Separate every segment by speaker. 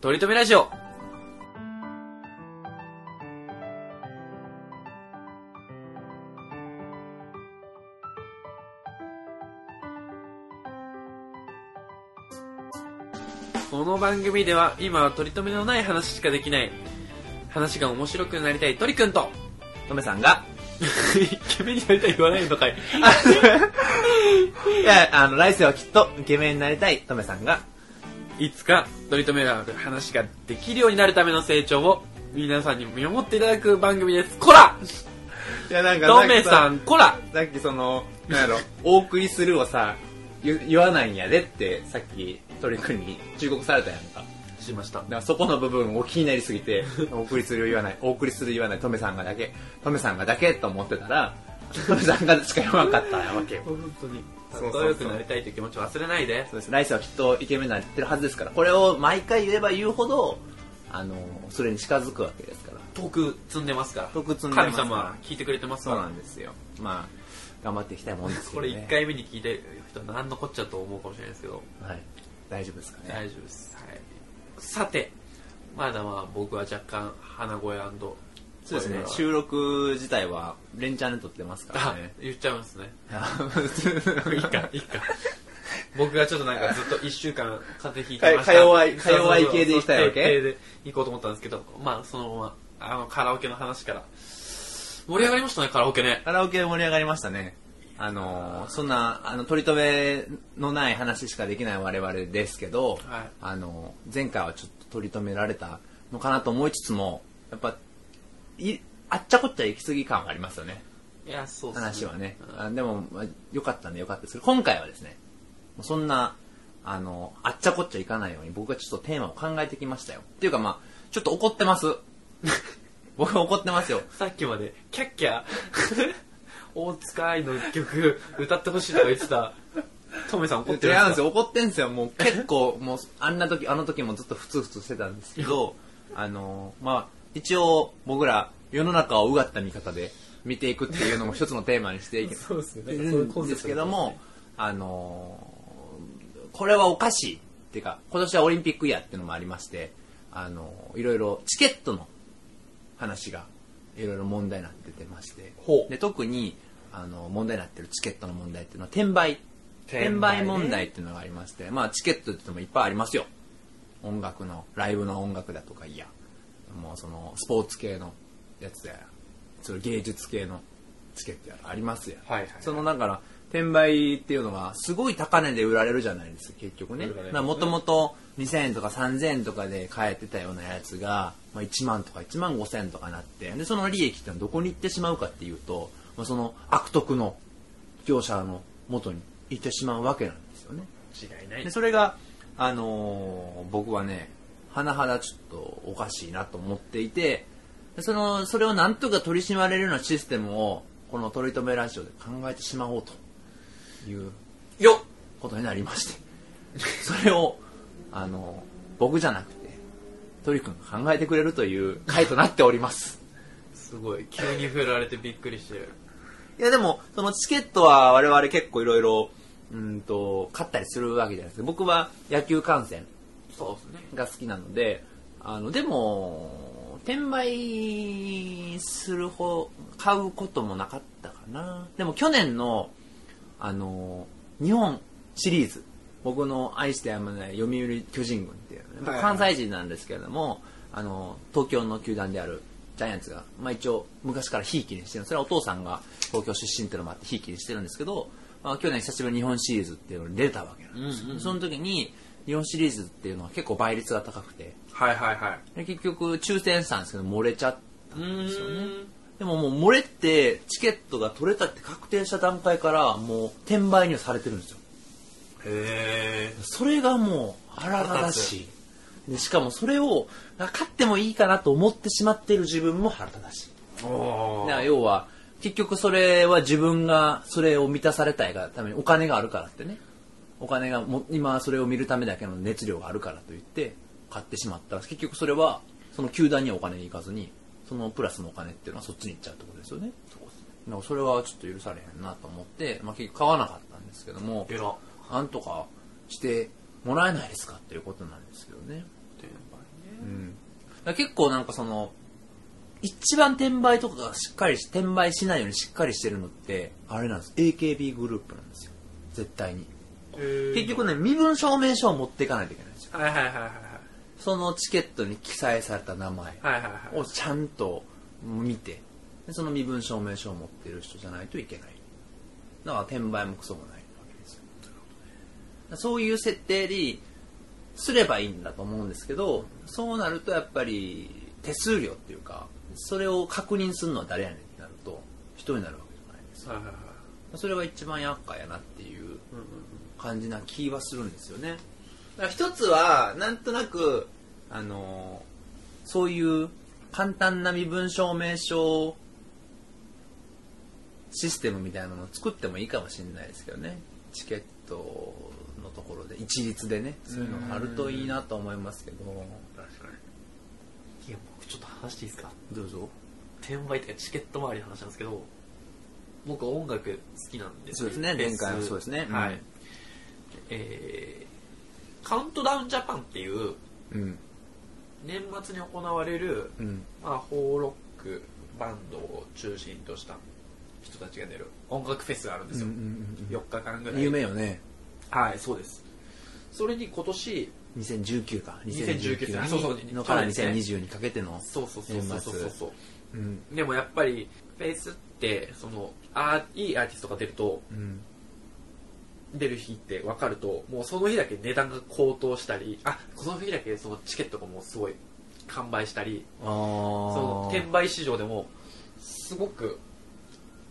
Speaker 1: とりとめラジオ。この番組では今は取り留めのない話しかできない話が面白くなりたい鳥くんと
Speaker 2: トメさんが、
Speaker 1: イケメンになりたい言わないのかい
Speaker 2: いや、あの、来世はきっとイケメンになりたいトメさんが、
Speaker 1: いつか取り留めのない話ができるようになるための成長を皆さんに見守っていただく番組ですこら
Speaker 2: いや、なんか
Speaker 1: トメさ。んこら
Speaker 2: さっきその、なんやろ、お送りするをさ、言言わないんやでって、さっき鳥くんに忠告されたやんか。
Speaker 1: しました
Speaker 2: だからそこの部分を気になりすぎて、お送りする言わない、お送りする言わない、トメさんがだけ、トメさんがだけと思ってたら、トメさんがしか言わなかったわけよ。
Speaker 1: 本当に
Speaker 2: そうそうそう
Speaker 1: 仲良くなりたいという気持ちを忘れないで
Speaker 2: そうです。来世はきっとイケメンになってるはずですから、これを毎回言えば言うほど、あの、それに近づくわけですから。
Speaker 1: 徳積んでますから
Speaker 2: 徳積んでますから
Speaker 1: 神様聞いてくれてます
Speaker 2: そうな
Speaker 1: か
Speaker 2: んですよ。まあ、頑張っていきたいもんです
Speaker 1: ら
Speaker 2: け
Speaker 1: こ
Speaker 2: ど
Speaker 1: れ
Speaker 2: ね。
Speaker 1: 1回目に聞いてる人は何のこっちゃと思うかもしれないですけど
Speaker 2: はい。大丈夫ですかね。
Speaker 1: 大丈夫です、はい、さてまだまあ僕は若干鼻声
Speaker 2: そうですね。
Speaker 1: 声が
Speaker 2: 収録自体は、連チャンで撮ってますから
Speaker 1: あ
Speaker 2: ね。
Speaker 1: 言っちゃいますね
Speaker 2: い
Speaker 1: いいかいいか僕がちょっとなんかずっと1週間風邪ひい
Speaker 2: か
Speaker 1: て
Speaker 2: い
Speaker 1: ました
Speaker 2: か弱いか弱い系で行きたい
Speaker 1: そうそうそうそう
Speaker 2: わけ
Speaker 1: 系で行こうと思ったんですけどまあそのままあのカラオケの話から盛り上がりましたねカラオケね
Speaker 2: カラオケ盛り上がりましたね。あのーそんな、あの、取り留めのない話しかできない我々ですけど、
Speaker 1: はい
Speaker 2: あのー前回はちょっと取り留められたのかなと思いつつも、やっぱ、い、あっちゃこっちゃ行き過ぎ感がありますよね、
Speaker 1: いやそうっす
Speaker 2: 話はね。
Speaker 1: うん
Speaker 2: あでも、まあ良かったんで良かったですけど、今回はですね、もうそんな、あのーあっちゃこっちゃ行かないように僕はちょっとテーマを考えてきましたよ。っていうかまあ、ちょっと怒っ てます。僕は怒ってますよ。
Speaker 1: さっきまでキャッキャ大塚愛の曲歌ってほしいとか言ってたトメさん怒って
Speaker 2: 違
Speaker 1: る
Speaker 2: う
Speaker 1: ん
Speaker 2: ん
Speaker 1: です
Speaker 2: で
Speaker 1: すか
Speaker 2: よ怒ってんですよもう結構もうあんな時あの時もずっとふつふつしてたんです けどあのまあ一応僕ら世の中をうがった見方で見ていくっていうのも一つのテーマにしてい
Speaker 1: そうですね
Speaker 2: る
Speaker 1: なんかそういうコ
Speaker 2: ん
Speaker 1: ンセプト
Speaker 2: ですけどもあのこれはおかしいっていうか今年はオリンピックイヤーっていうのもありましてあのいろいろチケットの話がいろいろ問題になっててまして
Speaker 1: ほう
Speaker 2: で特にあの問題になってるチケットの問題っていうのは転売
Speaker 1: 転売
Speaker 2: 転
Speaker 1: ね
Speaker 2: 売問題っていうのがありまして、まあチケットって言ってもいっぱいありますよ音楽のライブの音楽だとかいやもうそのスポーツ系のやつやその芸術系のチケットやらありますやら
Speaker 1: はいはいはい
Speaker 2: そのだから転売っていうのはすごい高値で売られるじゃないですか結局ね
Speaker 1: 売られますね
Speaker 2: もともと2000円とか3000円とかで買えてたようなやつが、まあ、1万とか1万5000円とかなってでその利益ってのはどこに行ってしまうかっていうと、まあ、その悪徳の業者の元に行ってしまうわけなんですよね
Speaker 1: 違いない
Speaker 2: でそれが、あのー僕はね甚だちょっとおかしいなと思っていてでそのそれをなんとか取り締まれるようなシステムをこの「取り留めラジオ」で考えてしまおうという
Speaker 1: よっ
Speaker 2: ことになりまして それを、あのー僕じゃなくて鳥くんが考えてくれるという回となっております
Speaker 1: すごい急に振られてびっくりしてる
Speaker 2: いやでも、そのチケットは我々結構いろいろ、うんと、買ったりするわけじゃないですか。僕は野球観戦
Speaker 1: そうですね
Speaker 2: が好きなので、あの、でも、転売する方、買うこともなかったかな。でも去年の、あの、日本シリーズ、僕の愛してやまない読売巨人軍っていうね、
Speaker 1: はいはい
Speaker 2: 関西人なんですけれども、あの、東京の球団であるジャイアンツが、まあ一応昔からひいきにしてる。それはお父さんが東京出身っていうのもあってひいきにしてるんですけど、まあ、去年久しぶりに日本シリーズっていうのに出たわけなんですよ、
Speaker 1: うんうんうん
Speaker 2: その時に日本シリーズっていうのは結構倍率が高くて
Speaker 1: はいはいはい
Speaker 2: で結局抽選したんですけど漏れちゃった
Speaker 1: うー
Speaker 2: ん
Speaker 1: ん
Speaker 2: ですよねでももう漏れってチケットが取れたって確定した段階からもう転売にはされてるんですよ
Speaker 1: へえ
Speaker 2: それがもう腹立たしいでしかもそれをあ勝ってもいいかなと思ってしまっている自分も腹立たしい
Speaker 1: お
Speaker 2: だから要は結局それは自分がそれを満たされたいがためにお金があるからってねお金がも今それを見るためだけの熱量があるからといって買ってしまったら結局それはその球団にはお金に行かずにそのプラスのお金っていうのはそっちに行っちゃうってことですよねだからそれはちょっと許されへんなと思って、まあ、結局買わなかったんですけども
Speaker 1: えら
Speaker 2: なんとかしてもらえないですかっていうことなんですけどね
Speaker 1: 転売
Speaker 2: から結構なんかその、一番転売とかがしっかりし、転売しないようにしっかりしてるのって、あれなんです。AKB グループなんですよ。絶対に。結
Speaker 1: 結
Speaker 2: 局ね、身分証明書を持っていかないといけないんですよ。
Speaker 1: はいはいはいはい
Speaker 2: そのチケットに記載された名前
Speaker 1: はいはいはい
Speaker 2: をちゃんと見て、でその身分証明書を持ってる人じゃないといけない。だから転売もクソもないわけですよ。そういう設定にすればいいんだと思うんですけど、そうなるとやっぱり手数料っていうか、それを確認するのは誰やねんってなると、人になるわけじゃないんです
Speaker 1: は
Speaker 2: よ。
Speaker 1: いはいはい
Speaker 2: それが一番厄介やなっていう
Speaker 1: うんうん
Speaker 2: 感じな気はするんですよね。だから一つは、なんとなく、あのーそういう簡単な身分証明書システムみたいなのを作ってもいいかもしれないですけどね。チケットのところで、一律でね、そういうのがあるといいなと思いますけど。
Speaker 1: 確かにいや僕ちょっと話していいですか
Speaker 2: どうぞ。
Speaker 1: 転売とかチケット周りの話なんですけど僕音楽好きなんです
Speaker 2: そうですね
Speaker 1: ベース
Speaker 2: 前回もそうですねうん
Speaker 1: はい、えー、カウントダウンジャパンっていう
Speaker 2: うん。
Speaker 1: 年末に行われる、
Speaker 2: うん。
Speaker 1: まあ、ホーロックバンドを中心とした人たちが出る音楽フェスがあるんですよ、4日間ぐらい
Speaker 2: 夢よね。
Speaker 1: はいそうですそれに今年
Speaker 2: 2019か。
Speaker 1: 2019ですねそうそう
Speaker 2: のから
Speaker 1: そうですね
Speaker 2: 2020にかけての。
Speaker 1: そうそうそうそうそう
Speaker 2: 年
Speaker 1: そう
Speaker 2: うん。
Speaker 1: でもやっぱりフェイスってそのあいいアーティストが出ると
Speaker 2: うん。
Speaker 1: 出る日って分かるともうその日だけ値段が高騰したりあこの日だけそのチケットがもうすごい完売したり
Speaker 2: ああ。
Speaker 1: その転売市場でもすごく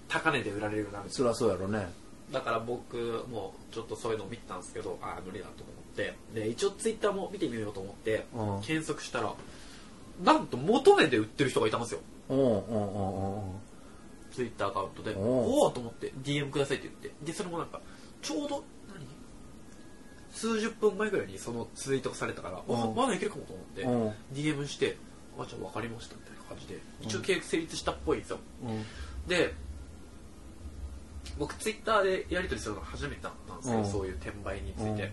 Speaker 1: 高値で売られるようになるんですよ
Speaker 2: そりゃそうやろね
Speaker 1: だから僕もちょっとそういうのを見てたんですけどああ無理だと思ってで一応ツイッターも見てみようと思って
Speaker 2: うん
Speaker 1: 検索したらなんと元値で売ってる人がいたんですよ
Speaker 2: うんうんうんうん
Speaker 1: ツイッターアカウントで、
Speaker 2: おう
Speaker 1: おおと思って DM くださいって言って、で、それもなんか、ちょうど、何数十分前ぐらいにそのツイートがされたから、あ
Speaker 2: うん
Speaker 1: まだいけるかもと思って、
Speaker 2: うん
Speaker 1: DM して、あ、じゃあ分かりましたみたいな感じで、一応契約成立したっぽいんですよ。で、僕ツイッターでやり取りするのが初めてだったんですけど、
Speaker 2: うん
Speaker 1: そういう転売について、
Speaker 2: うん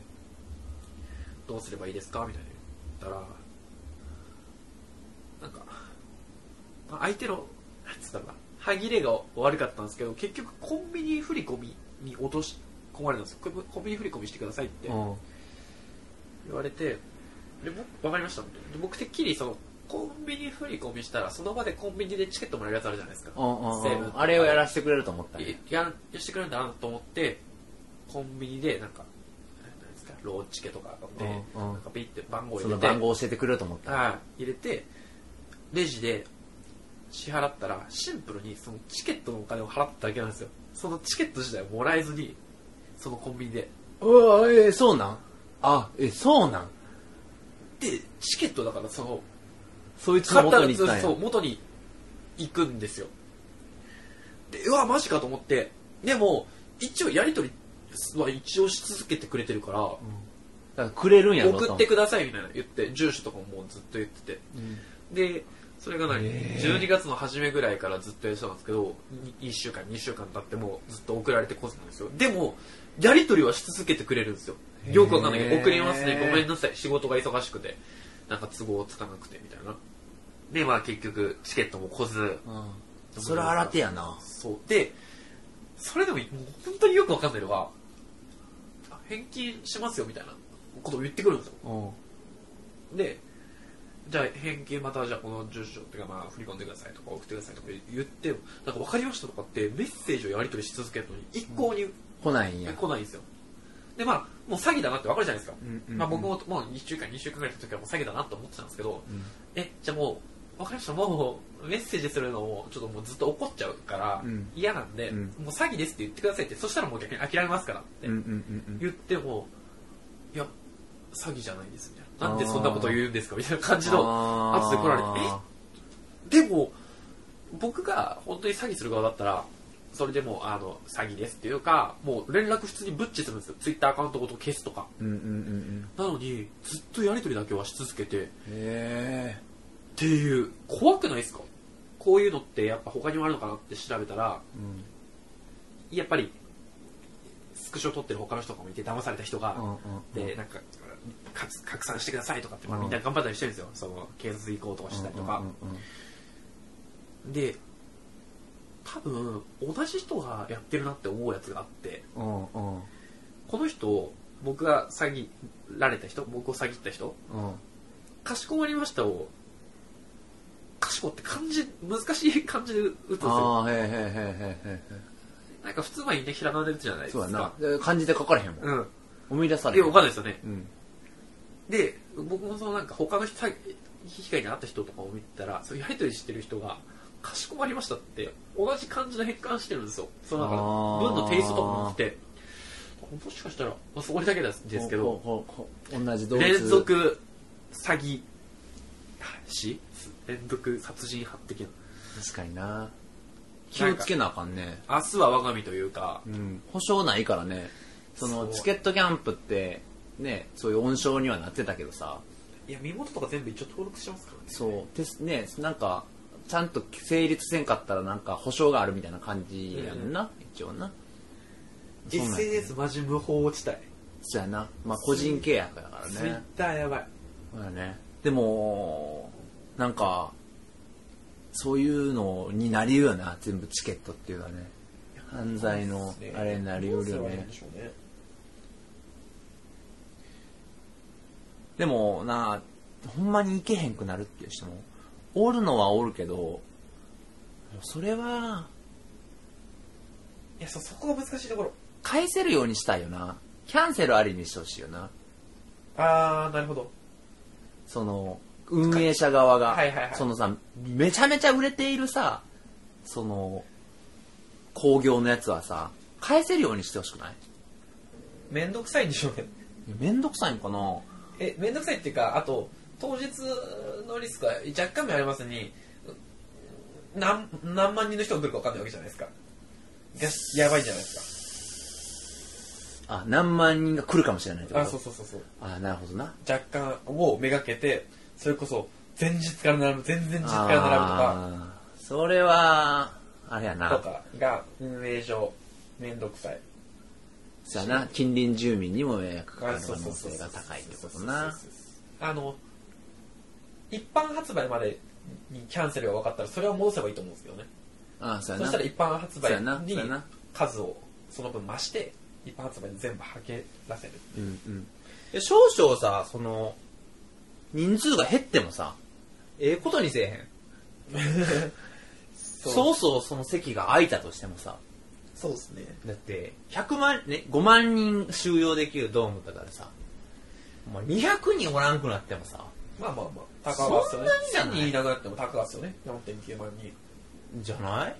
Speaker 1: どうすればいいですかみたいな言ったら、なんか、まあ相手の、なんつったかな、歯切れが悪かったんですけど、結局コンビニ振り込みに落とし込まれたんですよ。コンコンビニ振り込みしてくださいって
Speaker 2: うんうん
Speaker 1: 言われて、で僕、わかりましたみたいな。で僕、てっきりその、コンビニ振り込みしたら、その場でコンビニでチケットもらえるやつあるじゃないですか。
Speaker 2: うんう
Speaker 1: セーブ
Speaker 2: んあれをやらせてくれると思ったんや
Speaker 1: いややしてくれるんだなと思ってコンビニでなんかなんですかローチケとかで
Speaker 2: うんうん
Speaker 1: なんかピッて番号
Speaker 2: そ
Speaker 1: 入れ
Speaker 2: の
Speaker 1: て
Speaker 2: 番号を教えてくれると思ったんや
Speaker 1: はい入れてレジで支払ったらシンプルにそのチケットのお金を払っただけなんですよそのチケット自体をもらえずにそのコンビニで
Speaker 2: うわえーそうなんあえそうなん
Speaker 1: でチケットだからその
Speaker 2: そいつの
Speaker 1: 買ったら
Speaker 2: 元に行ったん
Speaker 1: そう
Speaker 2: や
Speaker 1: 元に行くんですよでうわマジかと思ってでも一応やり取りは一応し続けてくれてるから、
Speaker 2: だからくれるんやろと
Speaker 1: 送ってくださいみたいなの言って住所とかももうずっと言ってて
Speaker 2: うん
Speaker 1: でそれが何、12月の初めぐらいからずっとやってたんですけど1週間2週間経ってもうずっと送られてこずなんですよでもやり取りはし続けてくれるんですよ
Speaker 2: へー
Speaker 1: よくわかんないけど送りますねごめんなさい仕事が忙しくてなんか都合つかなくてみたいなでまあ結局チケットも来ず
Speaker 2: うんそれは新手やな
Speaker 1: そうでそれでももう本当によくわかんないのがあ返金しますよみたいなことを言ってくるんですよ
Speaker 2: うん
Speaker 1: で、じゃあ返金またじゃあこの住所っていうかまあ振り込んでくださいとか送ってくださいとか言っても、なんか分かりましたとかってメッセージをやり取りし続けるのに一向に
Speaker 2: 来ないんや
Speaker 1: 来ないんですよ。でまあ、もう詐欺だなって分かるじゃないですか。
Speaker 2: うんうんうん
Speaker 1: まあ僕ももう1週間2週間ぐらいの時はもう詐欺だなと思ってたんですけど、
Speaker 2: ん
Speaker 1: え、じゃあもう分かりました、もうメッセージするのもちょっともうずっと怒っちゃうから
Speaker 2: うん
Speaker 1: 嫌なんで、
Speaker 2: うん
Speaker 1: もう詐欺ですって言ってくださいって、そしたらもう逆に諦めますからって
Speaker 2: うんうんうん
Speaker 1: 言っても、いや、詐欺じゃないですみたいな。なんでそんなこと言うんですかみたいな感じの
Speaker 2: あー
Speaker 1: 後で来られてでも、僕が本当に詐欺する側だったら、それでもう、あの、詐欺ですっていうか、もう連絡普通にブッチするんですよ。ツイッターアカウントごと消すとか。
Speaker 2: うんうんうん
Speaker 1: なのに、ずっとやりとりだけはし続けて、っ
Speaker 2: うんへえ
Speaker 1: ていう、怖くないですかこういうのってやっぱ他にもあるのかなって調べたら、
Speaker 2: うん
Speaker 1: やっぱり、スクショ撮ってる他の人とかもいて、騙された人が、
Speaker 2: うんうんうん
Speaker 1: で、なんか、かつ拡散してくださいとかって、まあ、みんな頑張ったりしてるんですよ。その、警察行こうとかしたりとか。
Speaker 2: うんうんうん
Speaker 1: で、多分、同じ人がやってるなって思うやつがあって、
Speaker 2: うんうんうん
Speaker 1: この人、僕が詐欺られた人、僕を詐欺った人、かしこまりましたを、かしこって漢字、難しい漢字で打つんですよ。
Speaker 2: ああへえへえへえへえへ
Speaker 1: なんか普通はみんなひらがなで打つじゃない
Speaker 2: え
Speaker 1: です
Speaker 2: そう
Speaker 1: か。
Speaker 2: やな漢字で書かれへんもん
Speaker 1: うん。
Speaker 2: 思い出さ
Speaker 1: い
Speaker 2: れへ
Speaker 1: や、
Speaker 2: ん
Speaker 1: わかんないですよね。
Speaker 2: うん
Speaker 1: で、僕もそのなんか他の人、詐欺被害に遭った人とかを見たら、そういうやりとりしてる人が、かしこまりましたって、同じ漢字の変換してるんですよ。そのなんか
Speaker 2: あ
Speaker 1: 文
Speaker 2: ー
Speaker 1: のテイストとかもなくて、もしかしたら、まあ、そこだけなんですけど、
Speaker 2: ほうほうほう同じ動物
Speaker 1: 連続詐欺師連続殺人犯的な。
Speaker 2: 確かにな気をつけなあかんね
Speaker 1: 明日は我が身というか、
Speaker 2: うん保証ないからねその
Speaker 1: そう
Speaker 2: チケットキャンプってねそういう温床にはなってたけどさ
Speaker 1: いや、身元とか全部一応登録してますからね。
Speaker 2: そうですねなんかちゃんと成立せんかったらなんか保証があるみたいな感じやんな、一応なそうなんや
Speaker 1: SNS マジ無法地帯。
Speaker 2: そうやなまあ個人契約だからね
Speaker 1: ツイッターやばい。
Speaker 2: そうだね。でも、なんか、そういうのになりうるよな、全部チケットっていうのはね。犯罪のあれになりうるよね。でもな、ほんまに行けへんくなるっていう人も、おるのはおるけど、もうそれは、
Speaker 1: いや、そうそこが難しいところ。
Speaker 2: 返せるようにしたいよな。キャンセルありにしてほしいよな。
Speaker 1: あー、なるほど。
Speaker 2: その、運営者側が、
Speaker 1: はいはいはい
Speaker 2: そのさ、めちゃめちゃ売れているさ、その、工業のやつはさ、返せるようにしてほしくない
Speaker 1: めんどくさいんでしょうね。
Speaker 2: めんどくさいのかな
Speaker 1: え、めんどくさいっていうか、あと、当日のリスクは若干もありますに、何、何万人の人が来るか分かんないわけじゃないですか。や、やばいじゃないです
Speaker 2: あ、何万人が来るかもしれないってこ
Speaker 1: か。あ、
Speaker 2: と
Speaker 1: そうそうそうそう。
Speaker 2: あなるほどな。
Speaker 1: 若干をめがけて、それこそ、前日から並ぶ、前々日から並ぶ
Speaker 2: あーそれは、あれや
Speaker 1: とか、
Speaker 2: な
Speaker 1: と。かが、運営上、めんどくさい。
Speaker 2: そうやな、近隣住民にも迷惑かかる
Speaker 1: そう
Speaker 2: 可
Speaker 1: そ
Speaker 2: 能
Speaker 1: うそう
Speaker 2: 性が高いってことな。
Speaker 1: あの一般発売までにキャンセルが分かったらそれを戻せばいいと思うんですけどね
Speaker 2: あそう
Speaker 1: そ
Speaker 2: や
Speaker 1: し
Speaker 2: な
Speaker 1: たら。一般発
Speaker 2: そう
Speaker 1: 売
Speaker 2: やな、そうや
Speaker 1: に
Speaker 2: な。
Speaker 1: 数をその分増して一般発売に全部はけらせる
Speaker 2: うんうんで。少々さ、その、人数が減ってもさ、ええことにせえへん。そううそうその席が空いたとしてもさ、
Speaker 1: そうですね
Speaker 2: だって、100万、ね、5万人収容できるドームだからさ、お前200人おらんくなってもさ、
Speaker 1: まあまあまあ高がっすよね
Speaker 2: そんなにじゃない
Speaker 1: 1000人いなくなっても高がっすよね4.9万人
Speaker 2: じゃない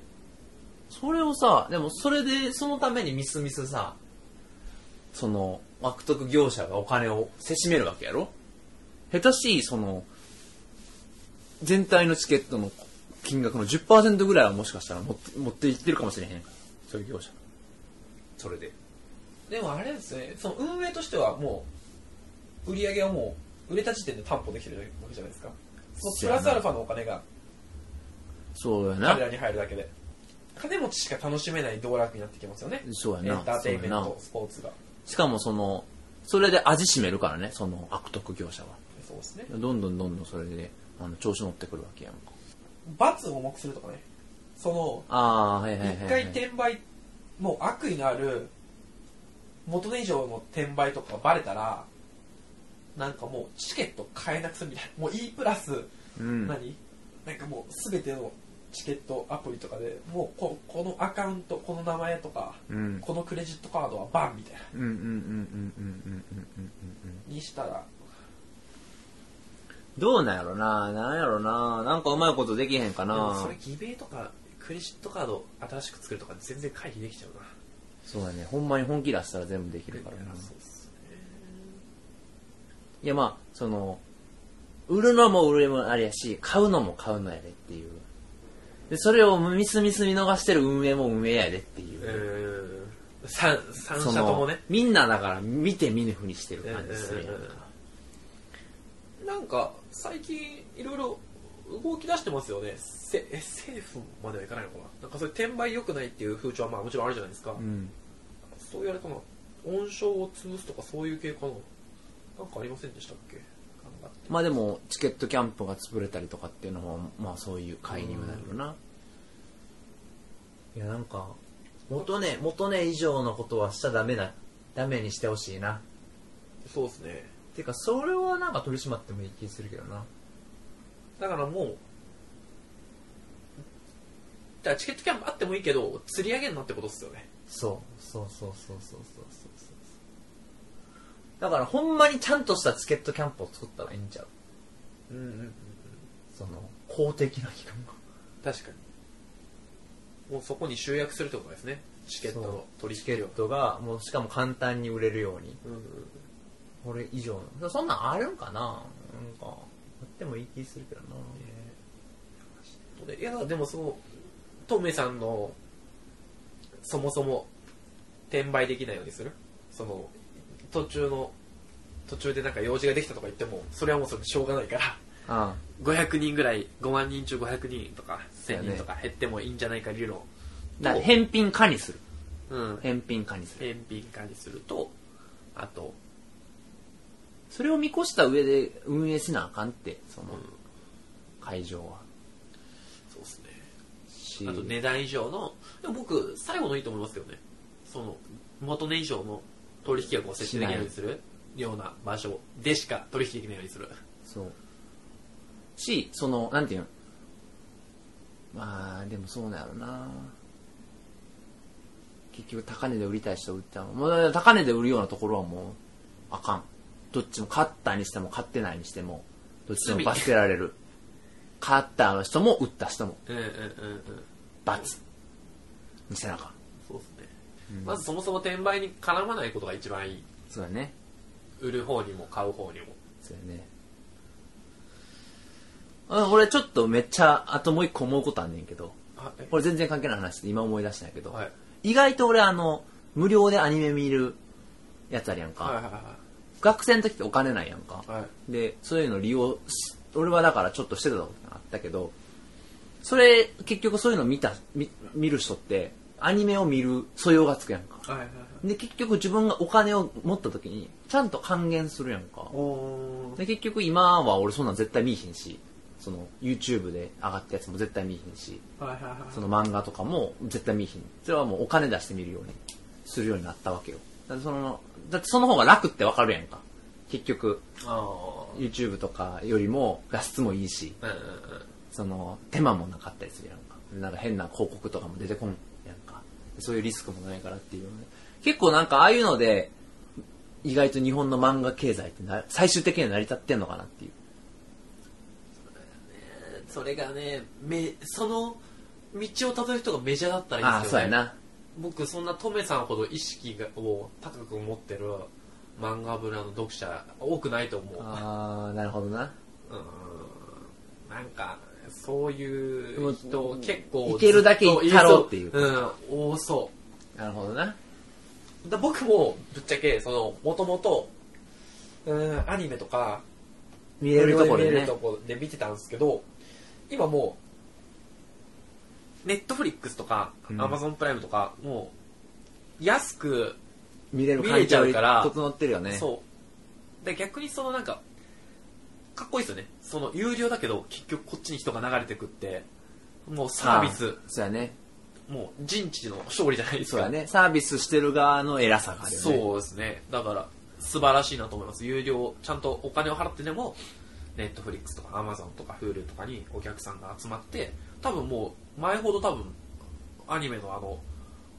Speaker 2: それをさ、でもそれで、そのためにミスミスさ、その、悪徳業者がお金をせしめるわけやろ下手しい、その、全体のチケットの金額の10%ぐらいはもしかしたら持って持っていってるかもしれへんから。そういう業者。それで。
Speaker 1: でもあれですねその運営としてはもう売り上げはもう売れた時点で担保できてるわけじゃないですかそのプラスアルファのお金が
Speaker 2: そうや
Speaker 1: 彼
Speaker 2: な。
Speaker 1: らに入るだけで金持ちしか楽しめない道楽になってきますよね
Speaker 2: そうや
Speaker 1: エン
Speaker 2: な。
Speaker 1: ターテインメン
Speaker 2: そうや
Speaker 1: ト
Speaker 2: な
Speaker 1: スポーツが
Speaker 2: しかもその、それで味しめるからね、その悪徳業者は。
Speaker 1: そうですね
Speaker 2: どんどんどんどんそれで、あの、調子乗ってくるわけやんか。
Speaker 1: 罰を重くするとかねその
Speaker 2: ああー、はいはいはい、はい。
Speaker 1: 一回転売もう悪意のある元値以上の転売とかがバレたらなんかもうチケット買えなくするみたいなもう E プラス
Speaker 2: うん。
Speaker 1: 何なんかもう全てのチケットアプリとかでもうここのアカウントこの名前とか
Speaker 2: うん。
Speaker 1: このクレジットカードはバンみたいな
Speaker 2: うんうんうんうんうんうんうんうんうん
Speaker 1: にしたら
Speaker 2: どうなんやろななんやろななんかうまいことできへんか
Speaker 1: でも
Speaker 2: な
Speaker 1: それ偽名とかクレジットカード新しく作るとか全然回避できちゃうな
Speaker 2: そうだねほんまに本気出したら全部できるからな
Speaker 1: そうっすね
Speaker 2: いやまあその売るのも売るのもあれやし買うのも買うのやでっていうでそれをミスミス見逃してる運営も運営やでっていうう、
Speaker 1: ーん三三
Speaker 2: そ
Speaker 1: 社ともね
Speaker 2: みんなだから見て見ぬふにしてる感じするやん
Speaker 1: うんうんうん
Speaker 2: か
Speaker 1: なんか最近いろいろ動き出してますよねせえ政府まではいかないのかななんかそういう転売良くないっていう風潮はまあもちろんあるじゃないですか、
Speaker 2: うん
Speaker 1: そういうあれかな温床を潰すとかそういう系かななんかありませんでしたっけ頑張って
Speaker 2: まあでもチケットキャンプが潰れたりとかっていうのもまあそういう介入だろうな、いやなんか元ね元ね以上のことはしちゃダメだダメにしてほしいな
Speaker 1: そうですね
Speaker 2: てかそれはなんか取り締まってもいい気するけどな
Speaker 1: だからもうだからチケットキャンプあってもいいけど釣り上げんなってことっすよね
Speaker 2: そうそうそうそうそうそうそうそうだからほんまにちゃんとしたチケットキャンプを作ったらいいんちゃう
Speaker 1: うんうん
Speaker 2: その公的な機関が
Speaker 1: 確かにもうそこに集約するってことですねチケットの取
Speaker 2: チケ
Speaker 1: 引量
Speaker 2: ットがもうしかも簡単に売れるように
Speaker 1: うんうん
Speaker 2: これ以上のそんなんあるんかななんかやってもいい気するけどな
Speaker 1: でいやでもそのトメさんのそもそも転売できないようにするその途中の途中でなんか用事ができたとか言ってもそれはもうそれしょうがないから
Speaker 2: あ
Speaker 1: 500人ぐらい5万人中500人とか1000人とか減ってもいいんじゃないか理論
Speaker 2: だから返品化にする
Speaker 1: うん
Speaker 2: 返品化にする
Speaker 1: 返品化にするとあと
Speaker 2: それを見越した上で運営しなあかんってその
Speaker 1: うん
Speaker 2: 会場は
Speaker 1: そうですね
Speaker 2: し
Speaker 1: あと値段以上のでも僕最後のいいと思いますけどねその元値以上の取引額を設定できないようにするような場所でしか取引できないようにする
Speaker 2: そう。し、その、なんていうのまあ、でもそうなんやろな。結局、高値で売りたい人は売ったもうだから高値で売るようなところはもう、あかん。どっちも、買ったにしても、買ってないにしても、どっちでも罰せられる。買ったの人も、売った人も、
Speaker 1: うんうんうんうん
Speaker 2: 罰。見せなあかん。
Speaker 1: そうですね、まずそもそも転売に絡まないことが一番いい
Speaker 2: そうだね。
Speaker 1: 売る方にも買う方にも
Speaker 2: そうやね。うん、俺ちょっとめっちゃ、あともう一個思うことあんねんけど。
Speaker 1: あえ
Speaker 2: これ全然関係ない話で今思い出したんやけど、
Speaker 1: はい
Speaker 2: 意外と俺あの無料でアニメ見るやつあるやんか、
Speaker 1: はいはいは
Speaker 2: 学生の時ってお金ないやんか、
Speaker 1: いはい
Speaker 2: でそういうの利用し俺はだからちょっとしてたことがあったけどそれ結局そういうの見た見見る人ってアニメを見る素養がつくやんか
Speaker 1: はいはいはい
Speaker 2: で結局自分がお金を持った時にちゃんと還元するやんか
Speaker 1: おー
Speaker 2: で結局今は俺そんなん絶対見いひんしその YouTube で上がったやつも絶対見いひんし
Speaker 1: はいはいはい
Speaker 2: その漫画とかも絶対見ひん。それはもうお金出して見るようにするようになったわけよ。だってその、だってその方が楽ってわかるやんか。結局、
Speaker 1: あ
Speaker 2: YouTube とかよりも画質もいいし、
Speaker 1: あうんうんうん
Speaker 2: その、手間もなかったりするやんか。なんか変な広告とかも出てこんやんか。そういうリスクもないからっていう、ね。結構なんかああいうので、意外と日本の漫画経済ってな最終的には成り立ってんのかなっていう。
Speaker 1: それがねめその道をたどる人がメジャーだったらいい
Speaker 2: ああ、
Speaker 1: です
Speaker 2: そ
Speaker 1: よ
Speaker 2: う
Speaker 1: ね
Speaker 2: やな。
Speaker 1: 僕そんなトメさんほど意識がを高く持ってる漫画ブラの読者多くないと思う
Speaker 2: ああ、なるほどな。
Speaker 1: うんなんかそういう
Speaker 2: う
Speaker 1: 人
Speaker 2: ん
Speaker 1: 結構
Speaker 2: いけるだけいったろうっていう
Speaker 1: ずとうん多そ
Speaker 2: なるほどな。
Speaker 1: うだ僕もぶっちゃけそのもともとうんアニメとか
Speaker 2: 見れるとこ
Speaker 1: 見
Speaker 2: ろ
Speaker 1: れ
Speaker 2: で
Speaker 1: る
Speaker 2: ね
Speaker 1: と。こで見てたんですけど今もうネットフリックスとか
Speaker 2: うん
Speaker 1: アマゾンプライムとかもう安く
Speaker 2: 見れる
Speaker 1: 見れ
Speaker 2: 環
Speaker 1: ちゃ
Speaker 2: 境
Speaker 1: う
Speaker 2: に
Speaker 1: から
Speaker 2: 整ってるよね。
Speaker 1: そう。で、逆にそのなんか、かっこいいですよね。その、有料だけど、結局こっちに人が流れてくって、もうサービス、
Speaker 2: あそうやね。
Speaker 1: もう人知の勝利じゃないです
Speaker 2: そう
Speaker 1: か。
Speaker 2: やね。サービスしてる側の偉さがあるよね。
Speaker 1: そうですね。だから、素晴らしいなと思います。有料、ちゃんとお金を払ってでも、ネットフリックスとかアマゾンとか Hulu とかにお客さんが集まって、多分もう、前ほど多分、アニメのあの、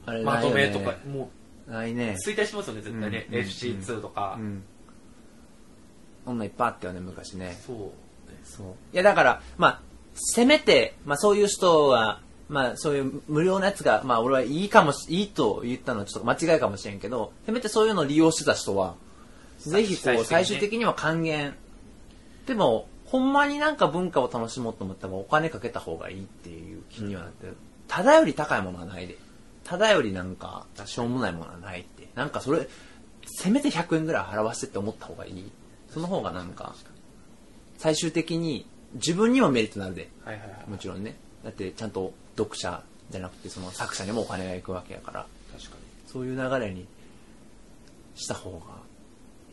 Speaker 2: あれ
Speaker 1: ま
Speaker 2: ない
Speaker 1: と
Speaker 2: よ
Speaker 1: め
Speaker 2: ね
Speaker 1: とか、も
Speaker 2: ないね
Speaker 1: う、。衰退しますよね、絶対ね。
Speaker 2: うんうん
Speaker 1: FC2 とか
Speaker 2: う。ん。こんなんいっぱいあったよね、昔ね。
Speaker 1: そうね。
Speaker 2: そう。いや、だから、まあ、せめて、まあそういう人は、まあそういう無料のやつが、まあ俺はいいかもし、いいと言ったのはちょっと間違いかもしれんけど、せめてそういうのを利用してた人は、ぜひこう最
Speaker 1: 最終
Speaker 2: 終的
Speaker 1: 的
Speaker 2: には還元。でも、ほんまになんか文化を楽しもうと思ったらお金かけた方がいいっていう気にはなってる。ただより高いものはないで。ただよりなんか、しょうもないものはないって。なんかそれ、せめて100円ぐらい払わせてって思った方がいい。その方がなんか、最終的に自分にもメリットになるで。
Speaker 1: はいはいはい。
Speaker 2: もちろんね。だってちゃんと読者じゃなくてその作者にもお金がいくわけやから。
Speaker 1: 確かに。
Speaker 2: そういう流れにした方が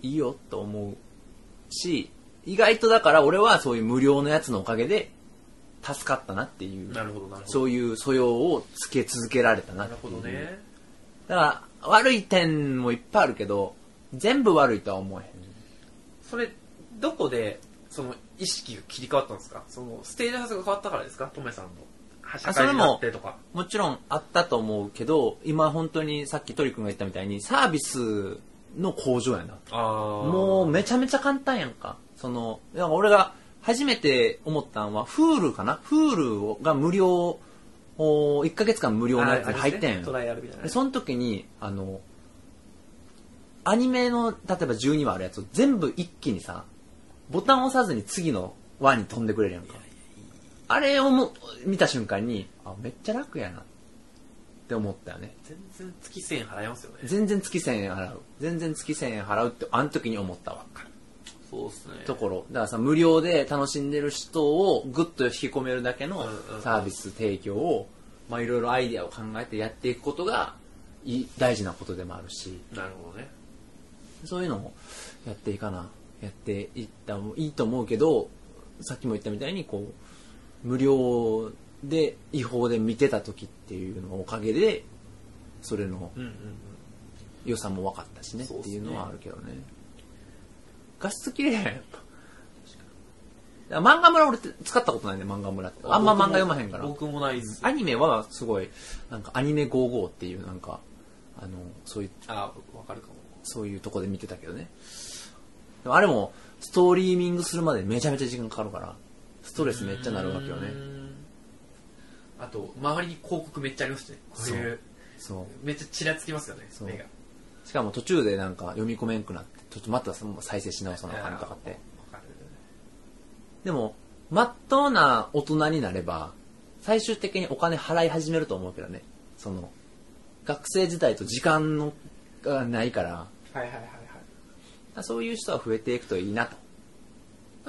Speaker 2: いいよと思うし、意外とだから俺はそういう無料のやつのおかげで助かったなっていう、
Speaker 1: なるほど、なるほど。
Speaker 2: そういう素養をつけ続けられたな
Speaker 1: な
Speaker 2: っ
Speaker 1: る
Speaker 2: て
Speaker 1: ほ
Speaker 2: いう。
Speaker 1: どね。
Speaker 2: だから悪い点もいっぱいあるけど、全部悪いとは思えへ
Speaker 1: それ、どこで、その、意識が切り替わったんですかその、ステージハウスが変わったからですかトメさんの。社会人になってとか。
Speaker 2: ん。もちろんあったと思うけど、今本当にさっき鳥くんが言ったみたいにサービスの向上やな。
Speaker 1: ああー。
Speaker 2: もうめちゃめちゃ簡単やんか。その、なんか俺が初めて思ったんは、Hulu かな ?Hulu が無料、お1ヶ月間無料のやつに入ってん
Speaker 1: あれですねト
Speaker 2: よ。
Speaker 1: ライアルみたいな
Speaker 2: で、。その時に、あの、アニメの、例えば12話あるやつを全部一気にさ、ボタンを押さずに次の話に飛んでくれるやんか。あれをも見た瞬間に、あ、めっちゃ楽やなって思ったよね。
Speaker 1: 全然月1000円払いますよね。
Speaker 2: 全然月1000円払う。全然月1000円払うって、あの時に思ったわ。
Speaker 1: そうっすね。
Speaker 2: ところだからさ無料で楽しんでる人をグッと引き込めるだけ
Speaker 1: う
Speaker 2: の
Speaker 1: んうんうん
Speaker 2: サービス提供をまあいろいろアイディアを考えてやっていくことがい大事なことでもあるし
Speaker 1: なるほどね。
Speaker 2: そういうのをやっていかなやっていった方がいいと思うけどさっきも言ったみたいにこう無料で違法で見てた時っていうのおかげでそれの
Speaker 1: うんうんうん。
Speaker 2: 良さも分かったしねっ
Speaker 1: そうっす
Speaker 2: て
Speaker 1: ね
Speaker 2: いうのはあるけどね画質綺麗やんやっぱだから漫画村俺って使ったことないね漫画村ってあんま漫画読まへんから
Speaker 1: 僕もないです。
Speaker 2: アニメはすごいなんかアニメ55っていうなんかあのそういう
Speaker 1: あー、わかるかも。
Speaker 2: そういうとこで見てたけどねでもあれもストリーミングするまでめちゃめちゃ時間かかるからストレスめっちゃなるわけよ
Speaker 1: う
Speaker 2: ね
Speaker 1: ーん。あと、周りに広告めっちゃありますね。こういう、
Speaker 2: そう
Speaker 1: めっちゃちらつきますよね、
Speaker 2: そう
Speaker 1: 目が。
Speaker 2: しかも途中でなんか読み込めんくなってちょっとまたその再生し直さなあかんとかって
Speaker 1: わかる。
Speaker 2: でも、まっとうな大人になれば、最終的にお金払い始めると思うけどね。その、学生時代と時間のがないから、
Speaker 1: はいはいはいはい。
Speaker 2: そういう人は増えていくといいなと。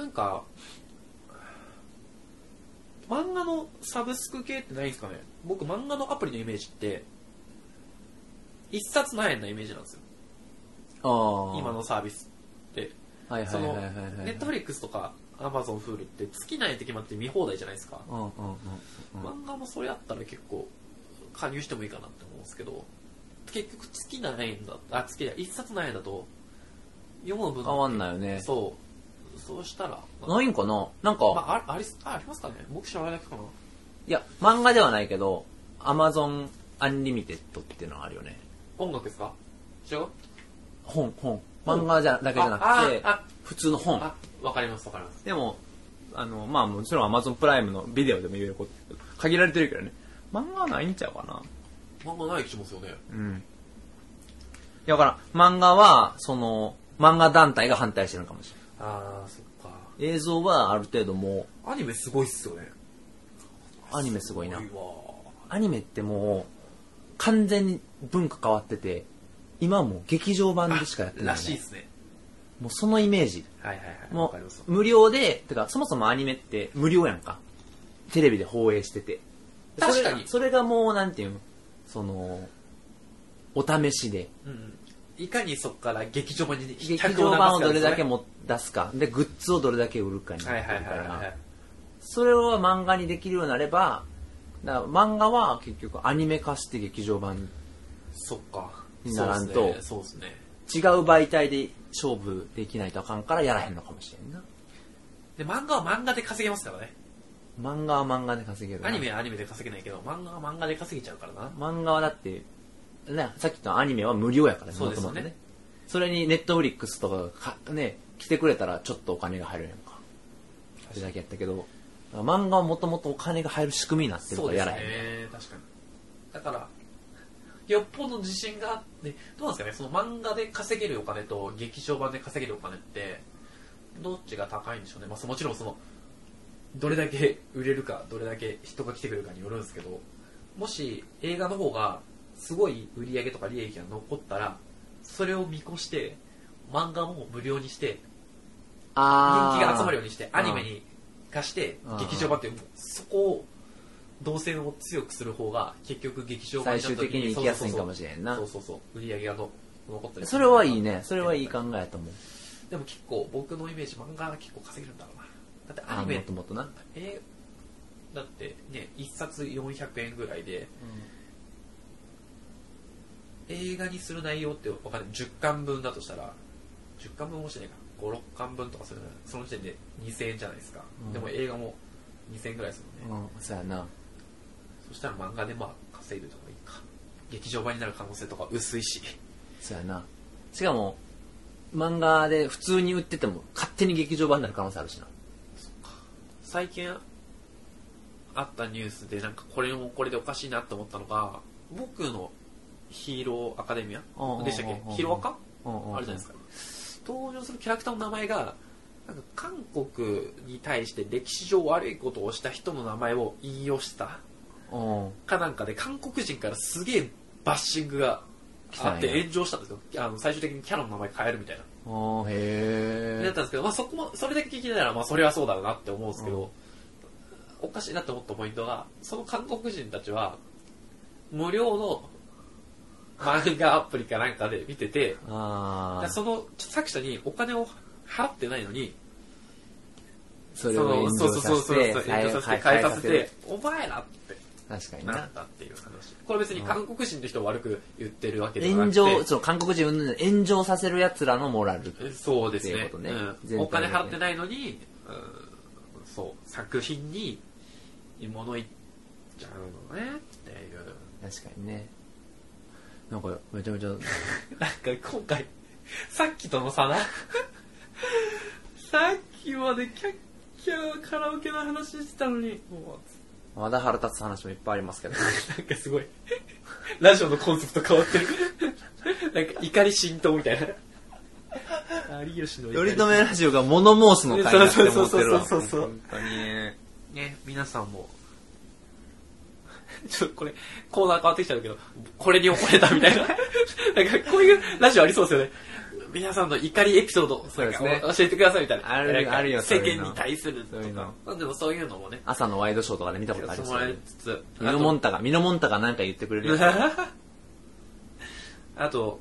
Speaker 1: なんか、漫画のサブスク系ってないんですかね僕漫画のアプリのイメージって、一冊何円なイメージなんですよ。
Speaker 2: あ
Speaker 1: 今、のサービスって。
Speaker 2: はいはい
Speaker 1: そ
Speaker 2: はい
Speaker 1: の、
Speaker 2: はい
Speaker 1: ネ
Speaker 2: はい、
Speaker 1: ットフリックスとか、アマゾン、フールって月内って決まって見放題じゃないですか。
Speaker 2: うんうんうんうん。
Speaker 1: 漫画もそれやったら結構、加入してもいいかなって思うんですけど、結局月何円だ、あ、月だ、一冊何円だと、読む分
Speaker 2: 変わんないよね。
Speaker 1: そう。そうしたら、
Speaker 2: ないんかななんか、
Speaker 1: まあ、あありあありますかね僕知らないだけかな。
Speaker 2: いや、漫画ではないけど、Amazon Unlimited っていうのがあるよね。
Speaker 1: 音楽ですか違う
Speaker 2: 本、本。漫画じゃだけじゃなくて、
Speaker 1: あ、
Speaker 2: 普通の
Speaker 1: あ、
Speaker 2: 本。
Speaker 1: あ、わかりますわかります。
Speaker 2: でも、あの、まあもちろん Amazon プライムのビデオでもいろいろこう限られてるけどね。漫画はないんちゃうかな。
Speaker 1: 漫画ない気しますよね。
Speaker 2: うん。いや、だからん、漫画は、その、漫画団体が反対してるのかもし
Speaker 1: あー、そっか。
Speaker 2: れない。映像はある程度も
Speaker 1: アニメすごいっすよね。
Speaker 2: う、アニメすごいな。
Speaker 1: すご
Speaker 2: アニメってもう、完全に文化変わってて、今はもう劇場版
Speaker 1: いわ
Speaker 2: でしかやってない、ね。
Speaker 1: らしいっすね。
Speaker 2: もうそのイメージ。
Speaker 1: はいはいはい。わ
Speaker 2: も
Speaker 1: かります
Speaker 2: う、無料で、てか、そもそもアニメって無料やんか。テレビで放映してて。
Speaker 1: 確かに
Speaker 2: それがそれがもう、なんていうん、その、お試しで。
Speaker 1: うん。いかにそっから劇場版に
Speaker 2: 劇
Speaker 1: 客
Speaker 2: 場版
Speaker 1: 流
Speaker 2: を
Speaker 1: すか
Speaker 2: どれだけ
Speaker 1: で
Speaker 2: も出すか。で、グッズをどれだけ売るかに
Speaker 1: すねは
Speaker 2: ない
Speaker 1: はい
Speaker 2: ってるか
Speaker 1: はいは
Speaker 2: ら
Speaker 1: い、。
Speaker 2: それを漫画にできるようになれば、だから漫画は結局アニメ化して劇場版に
Speaker 1: そっか。
Speaker 2: にならんと
Speaker 1: そうっすね。
Speaker 2: 違う媒体で勝負できないとあかんからやらへんのかもしれんな。
Speaker 1: そうっすねで、漫画は漫画で稼げますからね。
Speaker 2: 漫画は漫画で稼げるな
Speaker 1: アニメはアニメで稼げないけど、漫画は漫画で稼げちゃうからな。
Speaker 2: 漫画はだって、ね、さっきのアニメは無料やから
Speaker 1: そうですよね
Speaker 2: 元々それにネットフリックスとかがかね、来てくれたらちょっとお金が入るやんか。それだけやったけど、漫画はもともとお金が入る仕組みになってるか
Speaker 1: そう
Speaker 2: ら
Speaker 1: で
Speaker 2: や
Speaker 1: す
Speaker 2: ら
Speaker 1: ね
Speaker 2: へん。
Speaker 1: 確かにだからよっぽど自信があってどうなんですかねその漫画で稼げるお金と劇場版で稼げるお金ってどっちが高いんでしょうね、まあそ、もちろんそのどれだけ売れるかどれだけ人が来てくれるかによるんですけどもし映画の方がすごい売り上げとか利益が残ったらそれを見越して漫画も無料にして人
Speaker 2: あ
Speaker 1: 気が集まるよ
Speaker 2: う
Speaker 1: うにしてアニメに化して
Speaker 2: うん
Speaker 1: 劇場版っていうそこを動線を強くする方が結局劇場版
Speaker 2: 最
Speaker 1: になっ
Speaker 2: 終
Speaker 1: た時
Speaker 2: 的に行きやすいんかもしれんな
Speaker 1: そう。そうそうそうそうそう売り上げがの残ったり
Speaker 2: それはいいね。それはいい考えやと思う。
Speaker 1: でも結構僕のイメージ漫画は結構稼げるんだろうなだってア
Speaker 2: あ
Speaker 1: ニ
Speaker 2: も
Speaker 1: メ
Speaker 2: っともっとな、
Speaker 1: えーだってね1冊400円ぐらいで映画にする内容ってわかんない10巻分だとしたら10巻分もしてないか56巻分とかするその時点で2000円じゃないですか、
Speaker 2: うん
Speaker 1: でも映画も2000円ぐらいですもんね、
Speaker 2: うん、そうやな
Speaker 1: そしたら漫画でまあ稼いでるとかいいか劇場版になる可能性とか薄いし
Speaker 2: そうやなしかも漫画で普通に売ってても勝手に劇場版になる可能性あるしな
Speaker 1: 最近あったニュースでなんかこれもこれでおかしいなって思ったのが僕のヒーローアカデミア
Speaker 2: うんうんうんうん
Speaker 1: でしたっけヒーローアカ
Speaker 2: あ
Speaker 1: あるじゃないですか登場するキャラクターの名前がなんか韓国に対して歴史上悪いことをした人の名前を引用した
Speaker 2: かうん
Speaker 1: かなんかで韓国人からすげえバッシングがあって
Speaker 2: 来たんや
Speaker 1: 炎上したんですよあの最終的にキャラの名前変えるみたいな
Speaker 2: あへ
Speaker 1: だっ
Speaker 2: え
Speaker 1: たんですけど、まあ、そこもそれだけ聞いてたら、まあ、それはそうだろうなって思うんですけど、おかしいなって思ったポイントがその韓国人たちは無料の漫画アプリかなんかで見てて
Speaker 2: あ
Speaker 1: で
Speaker 2: あ
Speaker 1: その作者にお金を払ってないのに
Speaker 2: そ
Speaker 1: そ
Speaker 2: れを
Speaker 1: の
Speaker 2: 炎
Speaker 1: そう
Speaker 2: 上
Speaker 1: そう
Speaker 2: さ
Speaker 1: そう
Speaker 2: せ
Speaker 1: そう
Speaker 2: て
Speaker 1: そう炎上させて
Speaker 2: 変
Speaker 1: 変
Speaker 2: え
Speaker 1: え
Speaker 2: さ
Speaker 1: さ
Speaker 2: せ
Speaker 1: せ
Speaker 2: て
Speaker 1: てお前らって
Speaker 2: 確かに
Speaker 1: なっ
Speaker 2: な
Speaker 1: たっていう話これ別に韓国人の人を悪く言ってるわけではな
Speaker 2: 炎
Speaker 1: くて
Speaker 2: 上そう韓国人云々で炎上させる奴らのモラル
Speaker 1: そうです
Speaker 2: ってい
Speaker 1: ね
Speaker 2: うことね
Speaker 1: う
Speaker 2: 全体で
Speaker 1: ん、
Speaker 2: ね
Speaker 1: お金払ってないのに、うん、そう作品に物言っちゃうのねっていう
Speaker 2: 確かにねなんかめちゃめちゃ
Speaker 1: なんか今回 さっきとの差なさっきまでキャッキャカラオケの話してたのにも
Speaker 2: まだ腹立つ話もいっぱいありますけ ど
Speaker 1: うなんかすごいラジオのコンセプト変わってるなんか怒り浸透みたいな有吉の怒
Speaker 2: より
Speaker 1: り
Speaker 2: とめラジオが物申すの会だって思ってるわ。
Speaker 1: そうそうそうそうそう
Speaker 2: 本当に。
Speaker 1: ね、皆さんも、 ちょっとこれ、コーナー変わってきちゃうけど、これに怒れたみたいな、 なんかこういうラジオありそうですよね。皆さんの怒りエピソード、
Speaker 2: そうですね
Speaker 1: なんか教えてくださいみたいな。
Speaker 2: ある
Speaker 1: なんか
Speaker 2: あるよそう
Speaker 1: 世
Speaker 2: いうの
Speaker 1: 間に対すると
Speaker 2: そういうの
Speaker 1: か。まあでもそういうのもね、
Speaker 2: 朝のワイドショーとかで見たこ
Speaker 1: や
Speaker 2: とあ
Speaker 1: っ
Speaker 2: り
Speaker 1: て
Speaker 2: そ。
Speaker 1: もらいうつつ。
Speaker 2: ミノモンタが、ミノモンタがなんか言ってくれるや つ。
Speaker 1: あと、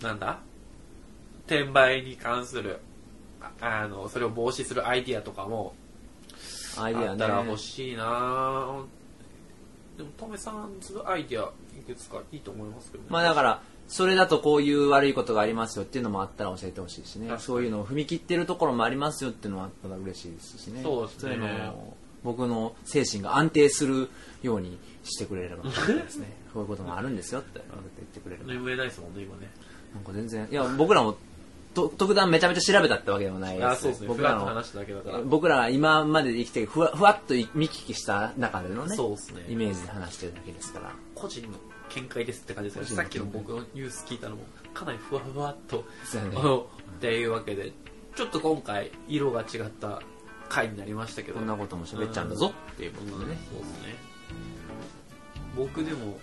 Speaker 1: なんだ転売に関する、ああの、それを防止するアイディアとかも、
Speaker 2: アイディ
Speaker 1: あ
Speaker 2: ア
Speaker 1: っ
Speaker 2: ね
Speaker 1: た。ら欲しいなぁでも、トメさんのアイディア、いくつかいいと思いますけどね。
Speaker 2: まあだから、それだとこういう悪いことがありますよっていうのもあったら教えてほしいし
Speaker 1: 確
Speaker 2: ね
Speaker 1: か。に
Speaker 2: そういうのを踏み切ってるところもありますよっていうのもあったら嬉しいですしね。
Speaker 1: そうですね
Speaker 2: いのを僕の精神が安定するようにしてくれればで すね。そういうこともあるんですよって言ってくれれば。
Speaker 1: 眠れないですもんね、今ね。
Speaker 2: なんか全然、いや、僕らも、と特段めちゃめちゃ調べたってわけでもない
Speaker 1: あ、そうですね。
Speaker 2: 僕
Speaker 1: 僕
Speaker 2: ら
Speaker 1: らの
Speaker 2: の
Speaker 1: 話、しただけだから。
Speaker 2: 僕らが今までで生きて、ふわ、ふわっと見聞きした中でのね、
Speaker 1: そうですね
Speaker 2: イメージで話してるだけです から。
Speaker 1: 個人の見解ですって感じです
Speaker 2: 個人
Speaker 1: ね。
Speaker 2: の
Speaker 1: さっきの僕のニュース聞いたのも、かなりふわふわっと。
Speaker 2: そうやね
Speaker 1: あのっていうわけで、ちょっと今回、色が違った回になりましたけど。
Speaker 2: こんなことも喋っちゃうんだぞっていうこ
Speaker 1: うん
Speaker 2: とでね。
Speaker 1: そうですね。僕でも、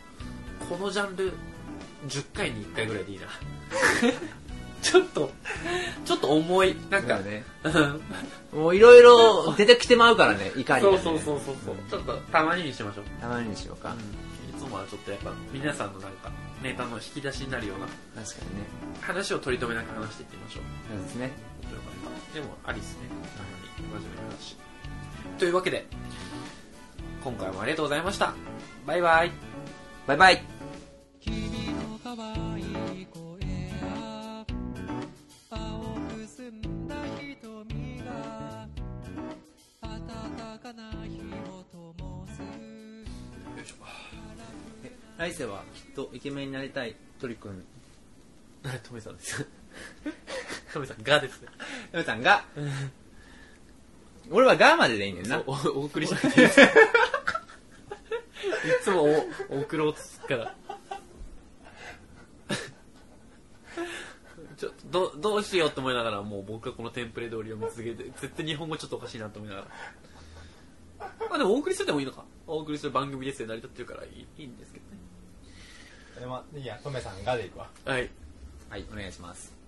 Speaker 1: このジャンル、10回に1回ぐらいでい いな。ちょっと、ちょっと重い。なん
Speaker 2: だ
Speaker 1: か
Speaker 2: から、ね、
Speaker 1: うん
Speaker 2: もういろいろ出てきてまうからね、怒りが、
Speaker 1: そ
Speaker 2: ね。
Speaker 1: うそうそうそうそう。ちょっとたまににしましょう。
Speaker 2: たまににしようか。
Speaker 1: いつもはちょっとやっぱ、皆さんのなんか、ネタの引き出しになるような
Speaker 2: 確かにね。
Speaker 1: 話を取り留めなく話していってみましょう。
Speaker 2: そうですね。
Speaker 1: でも、ありっすね。たまに真面目な話。というわけで、今回もありがとうございました。バイバイ。
Speaker 2: バイバイ
Speaker 3: 君の可愛い声や青く澄んだ瞳が暖かな火を灯す
Speaker 2: 来世はきっとイケメンになりたいトリ君。
Speaker 1: トメさんです。トメさん、がですね。
Speaker 2: ヨメさんが、俺はガーまででいいねんな。
Speaker 1: おお送りしなくていいですいつもお送ろうとすっから ちょどどうしようと思いながらもう僕はこのテンプレ通りを見続けて絶対日本語ちょっとおかしいなと思いながらまあでもお送りするでもいいのかお送りする番組ですよ成り立ってるからいいいいんですけどね
Speaker 4: でもいいやトメさんがでいくわ
Speaker 1: はい
Speaker 2: はい、お願いします。